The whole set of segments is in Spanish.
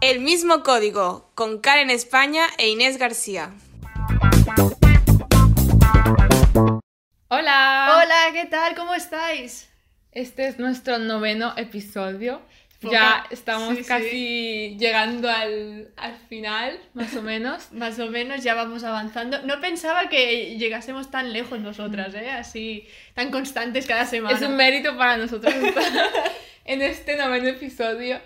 El mismo código, con Karen España e Inés García. Hola. Hola, ¿qué tal? ¿Cómo estáis? Este es nuestro noveno episodio. Poca- Ya estamos sí, sí. casi llegando al, al final, más o menos. Más o menos ya vamos avanzando. No pensaba que llegásemos tan lejos nosotras, ¿eh? Así, tan constantes cada semana. es un mérito para nosotros estar en este noveno episodio.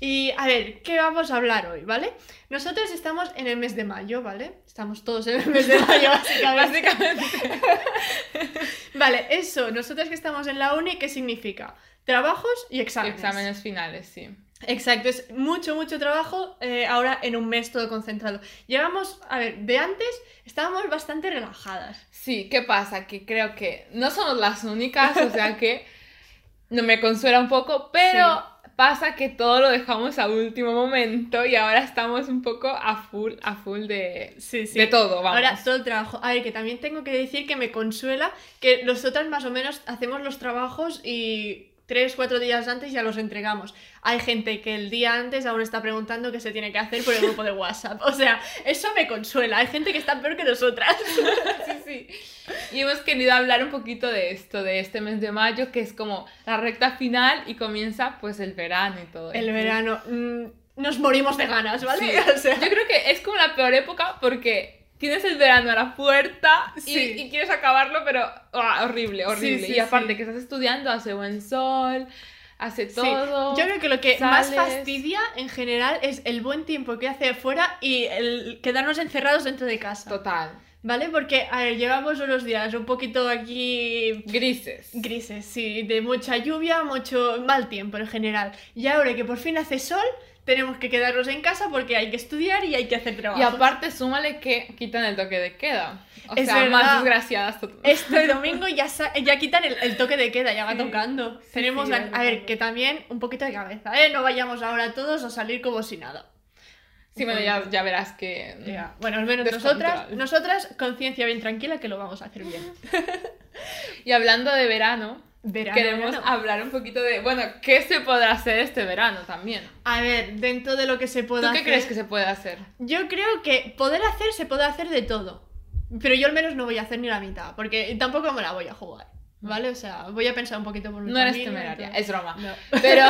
Y a ver, ¿qué vamos a hablar hoy, ¿vale? Nosotros estamos en el mes de mayo, ¿vale? Estamos todos en el mes de mayo, básicamente. Básicamente. Vale, eso, nosotros que estamos en la uni, ¿qué significa? Trabajos y exámenes. Exámenes finales, sí. Exacto, es mucho, mucho trabajo eh, ahora en un mes todo concentrado. Llegamos, a ver, de antes estábamos bastante relajadas. Sí, ¿qué pasa? Que creo que no somos las únicas, o sea que no me consuela un poco, pero pasa que todo lo dejamos a último momento y ahora estamos un poco a full, a full de, Sí, de todo, vamos. Ahora todo el trabajo. A ver, que también tengo que decir que me consuela que nosotras más o menos hacemos los trabajos y tres, cuatro días antes ya los entregamos. Hay gente que el día antes aún está preguntando qué se tiene que hacer por el grupo de WhatsApp. O sea, eso me consuela. Hay gente que está peor que nosotras. sí, sí. Y hemos querido hablar un poquito de esto, de este mes de mayo, que es como la recta final y comienza pues el verano y todo. El eso. verano. mm, nos morimos de ganas, ¿vale? Sí. O sea, Yo creo que es como la peor época porque tienes el verano a la puerta y, Sí. y quieres acabarlo, pero ah, horrible, horrible. Sí, sí, y aparte sí. que estás estudiando, hace buen sol, hace sí. todo. Yo creo que lo que más sales. fastidia en general es el buen tiempo que hace afuera y el quedarnos encerrados dentro de casa. Total. ¿Vale? Porque, a ver, llevamos unos días un poquito aquí Grises. grises, sí, de mucha lluvia, mucho mal tiempo en general. Y ahora que por fin hace sol, tenemos que quedarnos en casa porque hay que estudiar y hay que hacer trabajo. Y aparte súmale que quitan el toque de queda. O Es sea, más verdad. desgraciadas. tot- Este domingo ya, sa- ya quitan el, el toque de queda, ya va Sí. tocando. Sí, Tenemos, sí, la- ya va a ver, tocando. que también un poquito de cabeza, ¿eh? No vayamos ahora todos a salir como si nada. Sí, bueno, ya, ya verás que... Ya. Bueno, al menos nosotras, Descontrol. nosotras, conciencia bien tranquila que lo vamos a hacer bien. Y hablando de verano, Verano, queremos verano. hablar un poquito de, bueno, ¿qué se podrá hacer este verano también? A ver, dentro de lo que se ¿Tú pueda qué hacer- crees que se puede hacer? Yo creo que poder hacer se puede hacer de todo. Pero yo al menos no voy a hacer ni la mitad, porque tampoco me la voy a jugar. ¿Vale? O sea, voy a pensar un poquito por mi No eres familia, temeraria, es entonces- broma. No. Pero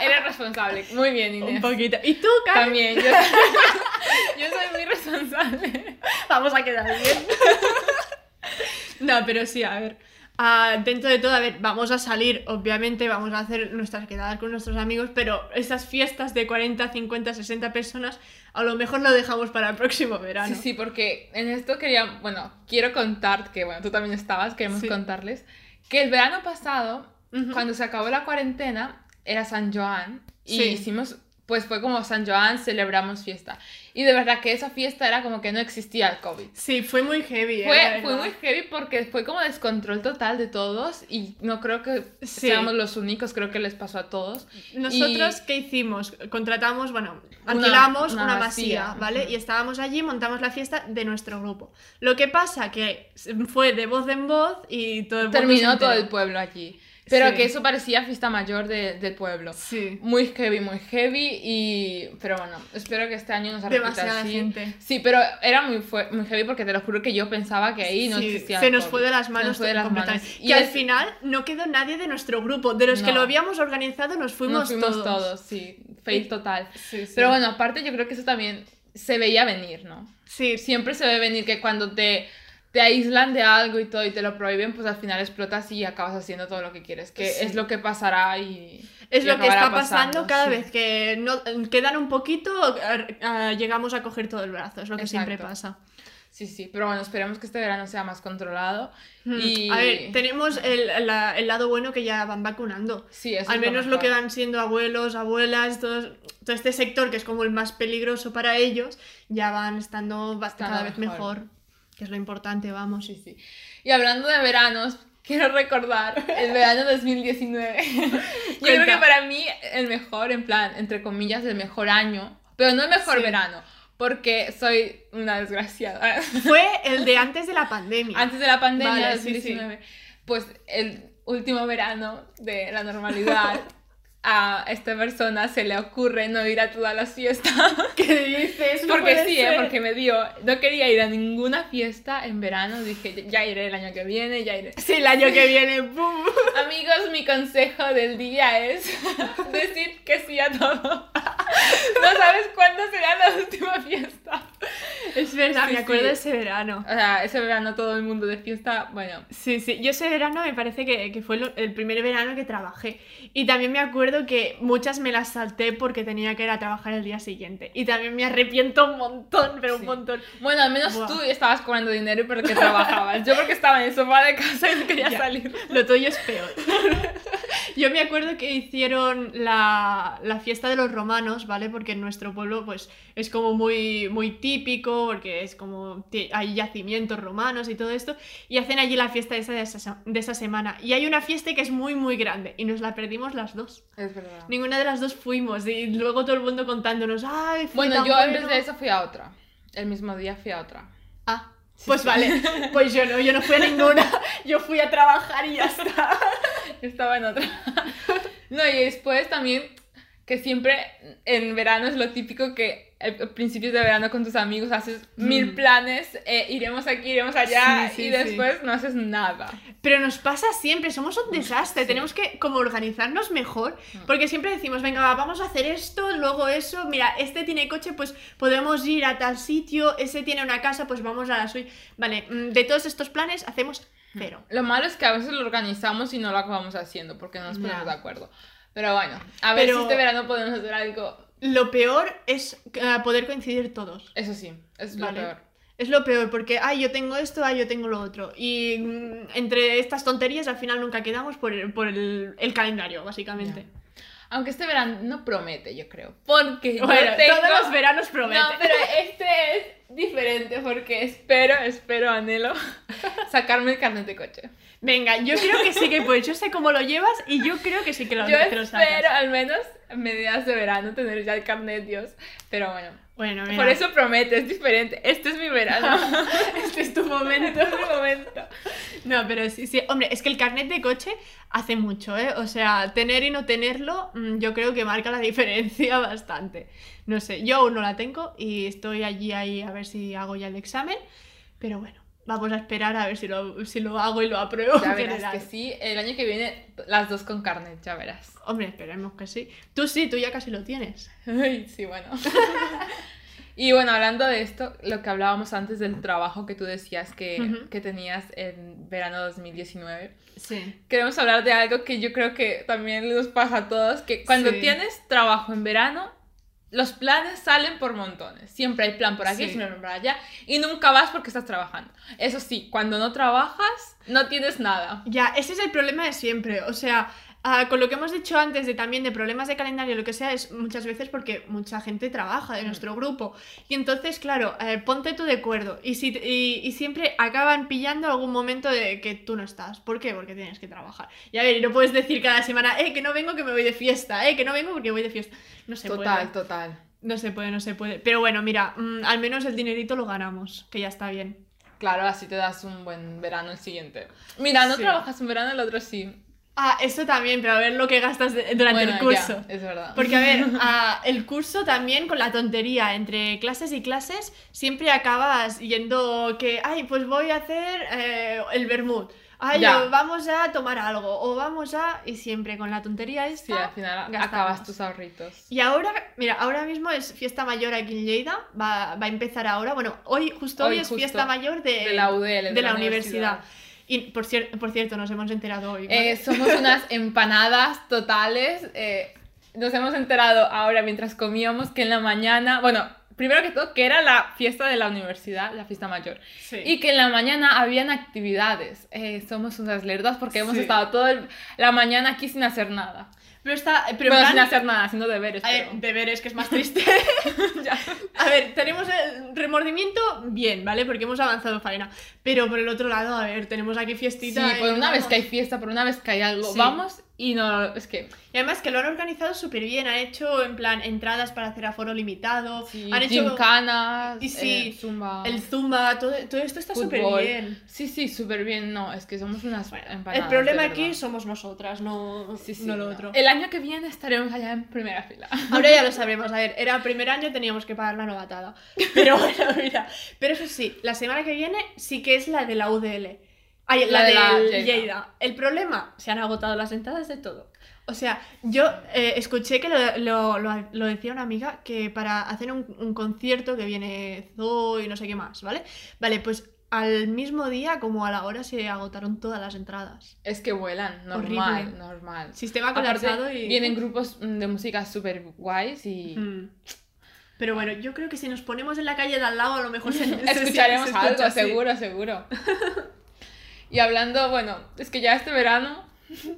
eres responsable. Muy bien, Un Inés. poquito. ¿Y tú, Karen? También, yo, yo soy muy responsable. Vamos a quedar bien. no, pero sí, a ver. Ah, dentro de todo, a ver, vamos a salir, obviamente vamos a hacer nuestras quedadas con nuestros amigos, pero esas fiestas de 40, 50, 60 personas, a lo mejor lo dejamos para el próximo verano. Sí, sí, porque en esto quería, bueno, quiero contar, que bueno, tú también estabas, queremos Sí. contarles, que el verano pasado, Ujú. cuando se acabó la cuarentena, era San Joan y Sí. hicimos, pues fue como San Joan, celebramos fiesta. Y de verdad que esa fiesta era como que no existía el COVID. Sí, fue muy heavy. eh, Fue, la fue verdad. muy heavy porque fue como descontrol total de todos y no creo que Sí. seamos los únicos, creo que les pasó a todos. Nosotros, ¿qué hicimos? Contratamos, bueno, Una- alquilamos una una, masía, masía, ¿vale? ujú. Y estábamos allí, montamos la fiesta de nuestro grupo. Lo que pasa que fue de voz en voz y todo el mundo Terminó se todo el enteró. pueblo allí. Pero Sí. que eso parecía fiesta mayor de- del pueblo. Sí, Muy heavy, muy heavy y... Pero bueno, espero que este año nos repita demasiada así. gente. Sí, pero era muy, fue- muy heavy porque te lo juro que yo pensaba que ahí no Sí, existía se el nos COVID. fue de las Se manos nos fue de las completamente. manos. Y, Y al es- final no quedó nadie de nuestro grupo. De los que No. lo habíamos organizado nos fuimos, Nos fuimos todos. todos. sí. Fail total. Sí, sí. Pero bueno, aparte yo creo que eso también se veía venir, ¿no? Sí, siempre se ve venir que cuando te, te aíslan de algo y todo y te lo prohíben, pues al final explotas y acabas haciendo todo lo que quieres, que Sí. es lo que pasará y... Es y lo que acabará está pasando, cada sí. vez que no, quedan un poquito, eh, eh, llegamos a coger todo el brazo, es lo que siempre Exacto. pasa. Sí, sí, pero bueno, esperemos que este verano sea más controlado. Mm, Y- A ver, tenemos el, la- el lado bueno que ya van vacunando. Sí, eso Al es menos lo que mejor. van siendo abuelos, abuelas, todos- todo este sector que es como el más peligroso para ellos, ya van estando bast- Estando cada vez mejor. mejor. que es lo importante, vamos. Sí, sí. Y hablando de veranos, quiero recordar el verano 2019. Yo creo que Cuenta. para mí el mejor, en plan, entre comillas, el mejor año, pero no el mejor Sí. verano, porque soy una desgraciada. Fue el de antes de la pandemia. antes de la pandemia, Vale, sí, 2019, pues el último verano de la normalidad. a esta persona se le ocurre no ir a todas las fiestas. ¿Qué dices? No Porque puede sí, ¿eh? ser. porque me dio. No quería ir a ninguna fiesta en verano. Dije, ya iré el año que viene, ya iré. Sí, el año que viene, ¡pum! Amigos, mi consejo del día es decir que sí a todo. No sabes cuándo será la última fiesta. Es verdad, Sí, me acuerdo sí. de ese verano. O sea, ese verano todo el mundo de fiesta, bueno. Sí, sí, yo ese verano me parece que, que fue lo- el primer verano que trabajé. Y también me acuerdo que muchas me las salté porque tenía que ir a trabajar el día siguiente. Y también me arrepiento un montón, pero un Sí. montón. Bueno, al menos Buah. tú estabas cobrando dinero porque trabajabas. Yo porque estaba en el sofá de casa y no quería Ya. salir. Lo tuyo es peor. Yo me acuerdo que hicieron la, la fiesta de los romanos, ¿vale? Porque en nuestro pueblo, pues, es como muy, muy típico, porque es como... ti- hay yacimientos romanos y todo esto. Y hacen allí la fiesta esa de esa, se- de esa semana. Y hay una fiesta que es muy, muy grande. Y nos la perdimos las dos. Es verdad. Ninguna de las dos fuimos y luego todo el mundo contándonos, ay, fue Bueno, tan yo en bueno". vez de eso fui a otra. El mismo día fui a otra. Ah, pues vale, pues yo no, yo no fui a ninguna, yo fui a trabajar y ya está. Estaba en otra. No, y después también, que siempre en verano es lo típico que eh, a principios de verano con tus amigos haces mil Mm. planes, eh, iremos aquí, iremos allá, Sí, sí, y sí. después no haces nada. Pero nos pasa siempre, somos un desastre, Sí. tenemos que como organizarnos mejor, Mm. porque siempre decimos, venga, va, vamos a hacer esto, luego eso, mira, este tiene coche, pues podemos ir a tal sitio, ese tiene una casa, pues vamos a la suya. Vale, mm, de todos estos planes hacemos cero. Lo malo es que a veces lo organizamos y no lo acabamos haciendo porque no nos ponemos Ya. de acuerdo. Pero bueno, a ver Pero- si este verano podemos hacer algo. Lo peor es eh, poder coincidir todos. Eso sí, es Vale. lo peor. Es lo peor, porque, ay, yo tengo esto, ay, yo tengo lo otro. Y mm, entre estas tonterías al final nunca quedamos por el, por el, el calendario, básicamente. Ya. Aunque este verano no promete, yo creo. Porque yo Bueno, tengo- todos los veranos promete. No, pero este es diferente porque espero, espero, anhelo sacarme el carnet de coche. Venga, yo creo que sí que puedes. Yo sé cómo lo llevas y yo creo que sí que lo, Yo que lo sacas. espero al menos a mediados de verano tener ya el carnet, Dios. Pero bueno, Bueno, mira, por eso promete, es diferente. Este es mi verano. este es tu momento. este es mi momento. No, pero sí, sí. Hombre, es que el carnet de coche hace mucho, ¿eh? O sea, tener y no tenerlo, mm, yo creo que marca la diferencia bastante. No sé, yo aún no la tengo y estoy allí ahí a ver si hago ya el examen, pero bueno, vamos a esperar a ver si lo, si lo hago y lo apruebo. Ya en verás general. que sí, el año que viene las dos con carnet, ya verás. Hombre, esperemos que sí. Tú sí, tú ya casi lo tienes. Ay, sí, bueno. Y bueno, hablando de esto, lo que hablábamos antes del trabajo que tú decías que, Ujú. que tenías en verano 2019, Sí. queremos hablar de algo que yo creo que también nos pasa a todos, que cuando Sí. tienes trabajo en verano, los planes salen por montones. Siempre hay plan por aquí, Sí. siempre hay plan por allá, y nunca vas porque estás trabajando. Eso sí, cuando no trabajas, no tienes nada. Ya, ese es el problema de siempre. O sea, ah, con lo que hemos dicho antes de también de problemas de calendario, lo que sea, es muchas veces porque mucha gente trabaja de Mm. nuestro grupo. Y entonces, claro, eh, ponte tú de acuerdo. Y, si, y, y siempre acaban pillando algún momento de que tú no estás. ¿Por qué? Porque tienes que trabajar. Y a ver, y no puedes decir cada semana, eh, que no vengo, que me voy de fiesta, eh, que no vengo porque voy de fiesta. No se total, puede. total. No se puede, no se puede. Pero bueno, mira, mm, al menos el dinerito lo ganamos, que ya está bien. Claro, así te das un buen verano el siguiente. Mira, no Sí. trabajas un verano, el otro sí. Ah, eso también, pero a ver lo que gastas de- durante Bueno, el ya, curso. es verdad. Porque, a ver, a- el curso también con la tontería, entre clases y clases, siempre acabas yendo que, ay, pues voy a hacer eh, el vermut, ay, Ya. o vamos a tomar algo, o vamos a... Y siempre con la tontería Sí, esta... al final gastamos. acabas tus ahorritos. Y ahora, mira, ahora mismo es fiesta mayor aquí en Lleida, va, va a empezar ahora, bueno, hoy, justo Hoy, hoy, es justo, fiesta mayor de, de la UDL, de la universidad. Y, por, cier- por cierto, nos hemos enterado hoy. ¿vale? Eh, somos unas empanadas totales. eh, nos hemos enterado ahora mientras comíamos que en la mañana, bueno, primero que todo, que era la fiesta de la universidad, la fiesta mayor. Sí. Y que en la mañana habían actividades. Eh, somos unas lerdas porque hemos Sí. estado toda el- la mañana aquí sin hacer nada. Pero está... Pero Pero en sin plan- hacer nada, haciendo deberes. A ver, pero- deberes, que es más triste. Ya. A ver, tenemos el remordimiento bien, ¿vale? Porque hemos avanzado faena. Pero por el otro lado, a ver, tenemos aquí Sí, fiestita. por y una vez vamos. que hay fiesta, por una vez que hay algo, Sí. vamos Y no, es que Y además que lo han organizado súper bien, han hecho en plan entradas para hacer aforo limitado, sí, han hecho gimcanas, y sí, eh, zumba. el zumba, todo, todo esto está súper Fútbol. bien. Sí, sí, súper bien. No, es que somos unas empanadas. el problema de aquí verdad. somos nosotras, no, Sí, sí, no lo no. otro. El año que viene estaremos allá en primera fila. Ahora ya lo sabremos, a ver, era el primer año, teníamos que pagar la novatada. Pero bueno, mira, pero eso sí, la semana que viene sí que es la de la UDL. Ay, la, La de la del Lleida. Lleida. El problema, se han agotado las entradas de todo. O sea, yo eh, escuché que lo, lo- lo- lo decía una amiga que para hacer un, un concierto que viene Zoo y no sé qué más, ¿vale? Vale, pues al mismo día como a la hora se agotaron todas las entradas. Es que vuelan, normal, Horrible. normal. Sistema Aparte, colapsado y... vienen grupos mm, de música súper guays y Mm. Pero bueno, yo creo que si nos ponemos en la calle de al lado, a lo mejor se, se- escucharemos se escucha algo, así. seguro, seguro. y hablando, bueno, es que ya este verano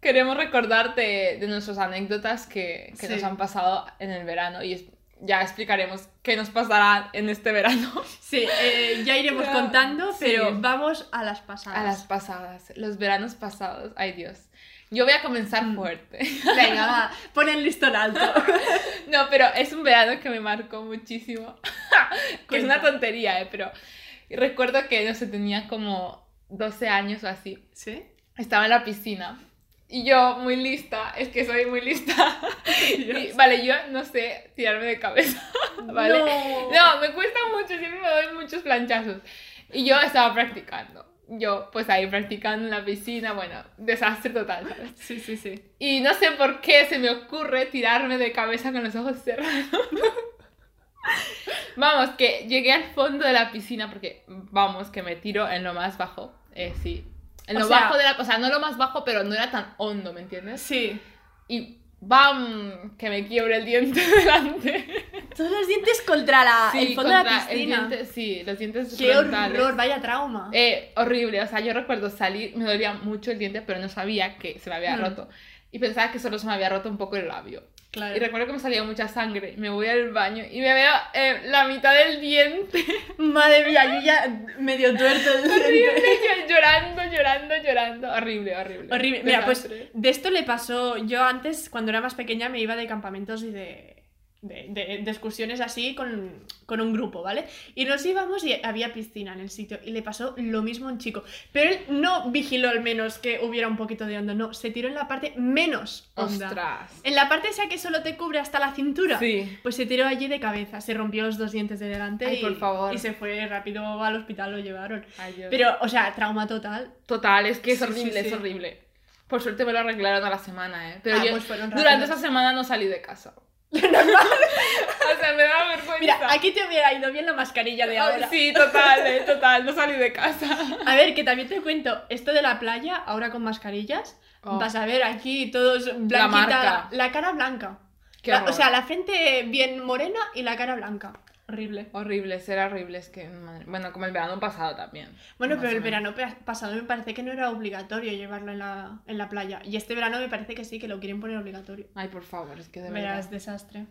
queremos recordarte de nuestras anécdotas que, que Sí. nos han pasado en el verano y es- ya explicaremos qué nos pasará en este verano. Sí, eh, ya iremos Claro, contando, sí. pero vamos a las pasadas. A las pasadas, los veranos pasados, ay Dios. Yo voy a comenzar Mm. fuerte. Venga, va, pon el listón alto. No, pero es un verano que me marcó muchísimo. que es una Cuenta. tontería, ¿eh? Pero recuerdo que, no sé, tenía como 12 años o así. ¿Sí? Estaba en la piscina. Y yo, muy lista, es que soy muy lista. Y, Dios. vale, yo no sé tirarme de cabeza, ¿vale? No. No, me cuesta mucho, siempre me doy muchos planchazos. Y yo estaba practicando. Yo, pues ahí practicando en la piscina, bueno, desastre total, ¿sabes? Sí, sí, sí. Y no sé por qué se me ocurre tirarme de cabeza con los ojos cerrados. vamos, que llegué al fondo de la piscina porque, vamos, que me tiro en lo más bajo. Eh, sí. En O lo sea- bajo de la... O sea, no lo más bajo, pero no era tan hondo, ¿me entiendes? Sí. Y ¡bam! Que me quiebre el diente delante. Todos los dientes contra la, Ah, el fondo de la contra el piscina. diente- sí, los dientes Qué frontales. horror, vaya trauma. Eh, horrible, o sea, yo recuerdo salir, me dolía mucho el diente, pero no sabía que se me había Mm. roto. Y pensaba que solo se me había roto un poco el labio. claro. Y recuerdo que me salía mucha sangre. Me voy al baño y me veo eh, la mitad del diente. Madre mía, yo ya medio tuerto el Horrible, diente. yo llorando, llorando, llorando. Horrible, horrible. Horrible. Mira, pues Desastre. de esto le pasó. Yo antes, cuando era más pequeña, me iba de campamentos y de, de, de- de excursiones así con, con un grupo, ¿vale? Y nos íbamos y había piscina en el sitio. Y le pasó lo mismo a un chico. Pero él no vigiló al menos que hubiera un poquito de onda, no. Se tiró en la parte menos onda. Ostras. En la parte esa que solo te cubre hasta la cintura. Sí. Pues se tiró allí de cabeza, se rompió los dos dientes de delante Ay, y, por favor. y se fue rápido al hospital, lo llevaron. Ay, Dios. Pero, o sea, trauma total. Total, es que es Sí, sí, horrible, sí. es horrible. Por suerte me lo arreglaron a la semana, ¿eh? Pero Ah, yo pues fueron durante rápidos. esa semana no salí de casa. o sea, me daba vergüenza. Mira, aquí te hubiera ido bien la mascarilla de Ah, ahora. Sí, total, eh, total, no salí de casa. A ver, que también te cuento, esto de la playa, ahora con mascarillas, Oh, vas a ver aquí todos blanquita, la, marca. cara blanca. qué La- o horror. sea, la frente bien morena y la cara blanca. Horrible. Horrible, ser horrible, es que, madre- bueno, como el verano pasado también. Bueno, Más pero o el menos. verano pe- pasado me parece que no era obligatorio llevarlo en la, en la playa. Y este verano me parece que sí, que lo quieren poner obligatorio. Ay, por favor, es que de verdad. Verás, desastre.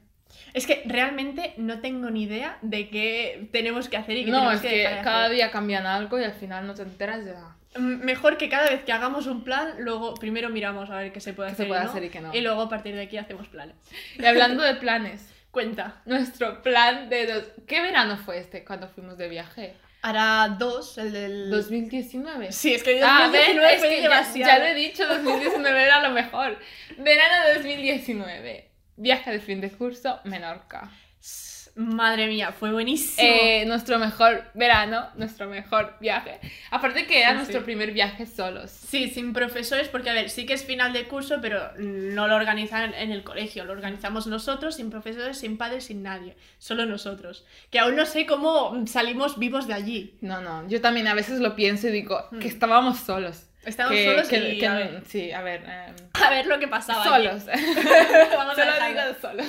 Es que realmente no tengo ni idea de qué tenemos que hacer y qué No, tenemos es que dejar de cada hacer. día cambian algo y al final no te enteras de nada. M- Mm, Mejor que cada vez que hagamos un plan, luego primero miramos a ver qué se puede qué hacer. se puede y no, hacer y qué no. Y luego a partir de aquí hacemos planes. Y hablando de planes, Cuenta. nuestro plan de... Dos... ¿Qué verano fue este cuando fuimos de viaje? Hará dos, el del... 2019. Sí, es que Ah, ven, 2019 es fue que ya, demasiado. ya lo he dicho, 2019 era lo mejor. Verano 2019, viaje de fin de curso, Menorca. S- Madre mía, fue buenísimo. Eh, nuestro mejor verano, nuestro mejor viaje. Aparte que era Sí, sí. nuestro primer viaje solos. Sí, sin profesores, porque a ver, sí que es final de curso, pero no lo organizan en el colegio, lo organizamos nosotros, sin profesores, sin padres, sin nadie, solo nosotros. Que aún no sé cómo salimos vivos de allí. No, no, yo también a veces lo pienso y digo Mm. que estábamos solos. Estábamos Que- solos que- y que- a, ver, Sí, a ver. eh, a ver lo que pasaba. allí. solos. Vamos a Solo dejarlo. digo solos.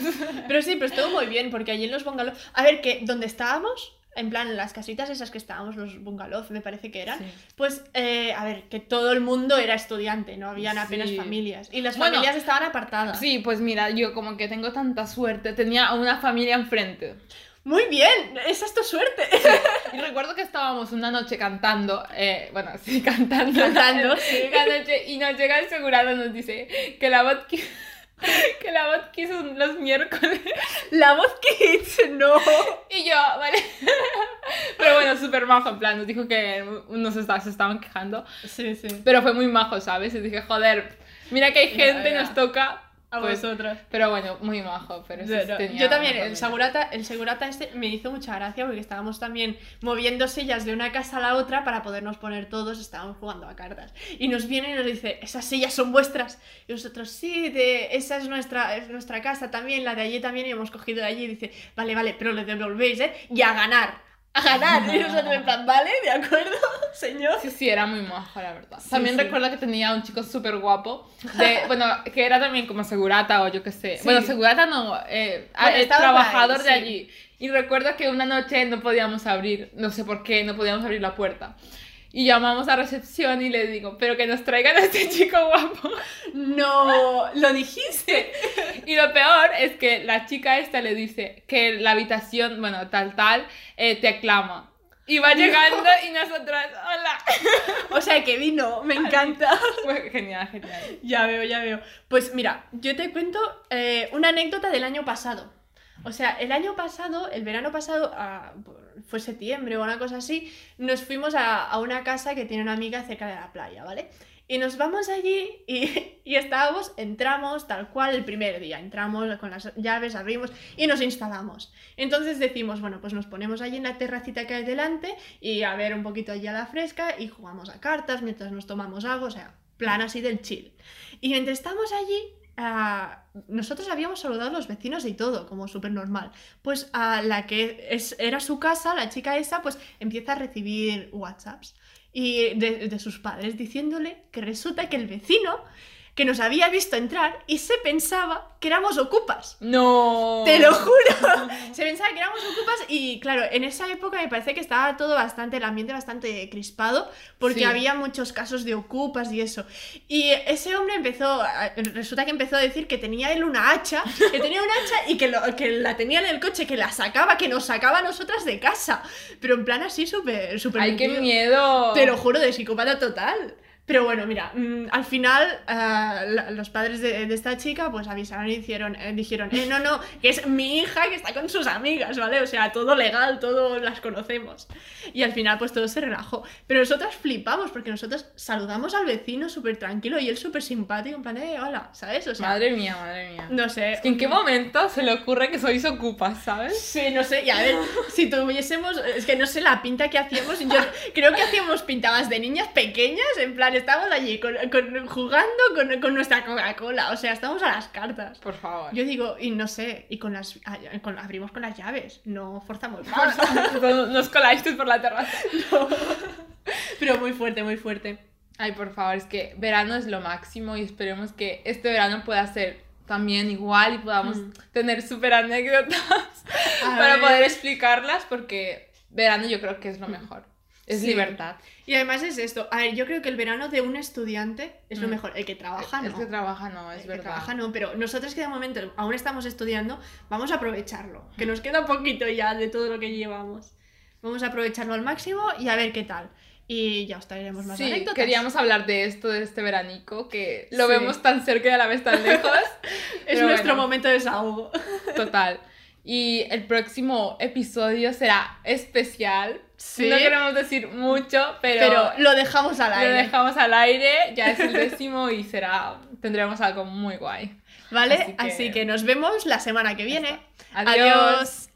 Pero sí, pero estuvo muy bien, porque allí en los bungalows... A ver, que donde estábamos, en plan, en las casitas esas que estábamos, los bungalows, me parece que eran, Sí. pues, eh, a ver, que todo el mundo era estudiante, no habían apenas Sí. familias. Y las Bueno, familias estaban apartadas. Sí, pues mira, yo como que tengo tanta suerte, tenía a una familia enfrente. Muy bien, esa es tu suerte. Y recuerdo que estábamos una noche cantando, eh, bueno, sí, cantando. Cantando, sí. La noche, y nos llega el segurado, nos dice que la voz que, que la voz que hizo los miércoles. La voz kids, no. Y yo, vale. Pero bueno, súper majo, en plan, nos dijo que nos esta- se estaban quejando. Sí, sí. Pero fue muy majo, ¿sabes? Y dije, joder, mira que hay Ya, gente, ya. nos toca. A Pues, vosotras. pero bueno, muy majo. Pero sí No, no. tenía Yo también, una el familia. segurata, el segurata este me hizo mucha gracia porque estábamos también moviendo sillas de una casa a la otra para podernos poner todos, estábamos jugando a cartas. Y nos viene y nos dice, esas sillas son vuestras. Y nosotros, sí, de, esa es nuestra, es nuestra casa también, la de allí también, y hemos cogido de allí. Y dice, vale, vale, pero le devolvéis, ¿eh? Y a ganar, a ganar. Y nosotros en plan, vale, de acuerdo, señor. Sí, sí, era muy majo, la verdad. Sí, también sí. recuerdo que tenía un chico súper guapo, de, bueno, que era también como segurata o yo qué sé. Sí. Bueno, segurata no, eh, Bueno, eh, estaba por ahí, trabajador de sí. allí. Y recuerdo que una noche no podíamos abrir, no sé por qué, no podíamos abrir la puerta. Y llamamos a recepción y le digo, pero que nos traigan a este chico guapo. No, lo dijiste. Y lo peor es que la chica esta le dice que la habitación, bueno, tal, tal, eh, te aclama. Y va llegando y nosotras, hola. O sea que vino, me encanta. Fue genial, genial. Ya veo, ya veo. Pues mira, yo te cuento eh, una anécdota del año pasado. O sea, el año pasado, el verano pasado, ah, fue septiembre o una cosa así, nos fuimos a, a una casa que tiene una amiga cerca de la playa, ¿vale? Y nos vamos allí y, y estábamos, entramos tal cual el primer día, entramos con las llaves, abrimos y nos instalamos. Entonces decimos, bueno, pues nos ponemos allí en la terracita que hay delante y a ver un poquito allí a la fresca y jugamos a cartas mientras nos tomamos algo, o sea, plan así del chill. Y mientras estamos allí, ah, nosotros habíamos saludado a los vecinos y todo, como súper normal. Pues a la que es, era su casa, la chica esa, pues empieza a recibir WhatsApps y de, de sus padres diciéndole que resulta que el vecino que nos había visto entrar y se pensaba que éramos ocupas. No. Te lo juro. Se pensaba que éramos ocupas y claro, en esa época me parece que estaba todo bastante, el ambiente bastante crispado porque Sí. había muchos casos de ocupas y eso. Y ese hombre empezó, a- resulta que empezó a decir que tenía él una hacha, que tenía una hacha y que, lo- que la tenía en el coche, que la sacaba, que nos sacaba a nosotras de casa. Pero en plan así súper, súper... Ay, qué metido. miedo. Te lo juro, de psicópata total. Pero bueno, mira, mm, al final ah, la- los padres de, de esta chica pues avisaron y hicieron, eh, dijeron, eh, no, no, que es mi hija que está con sus amigas, ¿vale? O sea, todo legal, todo las conocemos. Y al final pues todo se relajó. Pero nosotras flipamos porque nosotros saludamos al vecino súper tranquilo y él súper simpático, en plan, eh, hola, ¿sabes? O sea, Madre mía, madre mía. no sé. Es que en qué momento se le ocurre que sois ocupas, ¿sabes? Sí, no sé, y a ver, si tuviésemos, es que no sé la pinta que hacíamos, yo creo que hacíamos pintadas de niñas pequeñas, en plan, estábamos allí con- con- jugando con, con nuestra Coca-Cola, o sea, estábamos a las cartas. Por favor. Yo digo, y no sé, y con las, ah, con- abrimos con las llaves, no forzamos Por más, favor, Nos colasteis por la terraza. pero muy fuerte, muy fuerte. Ay, por favor, es que verano es lo máximo y esperemos que este verano pueda ser también igual y podamos Mm. tener súper anécdotas A para ver. poder explicarlas porque verano yo creo que es lo mejor. Es Sí. libertad. Y además es esto, a ver, yo creo que el verano de un estudiante es lo Mm. mejor, el que trabaja, Es ¿no? que trabaja no, Ah, es El que verdad. trabaja no, pero nosotros que de momento aún estamos estudiando, vamos a aprovecharlo, que nos queda poquito ya de todo lo que llevamos. Vamos a aprovecharlo al máximo y a ver qué tal. Y ya os traeremos más Sí, anécdotas. queríamos hablar de esto, de este veranico, que lo Sí. vemos tan cerca y a la vez tan lejos. Es pero nuestro bueno. momento de desahogo. Total. Y el próximo episodio será especial. Sí. No queremos decir mucho, pero, Pero, lo dejamos al lo aire. dejamos al aire. Ya es el décimo y será tendremos algo muy guay. ¿Vale? Así Así que- que... nos vemos la semana que viene. Adiós. Adiós.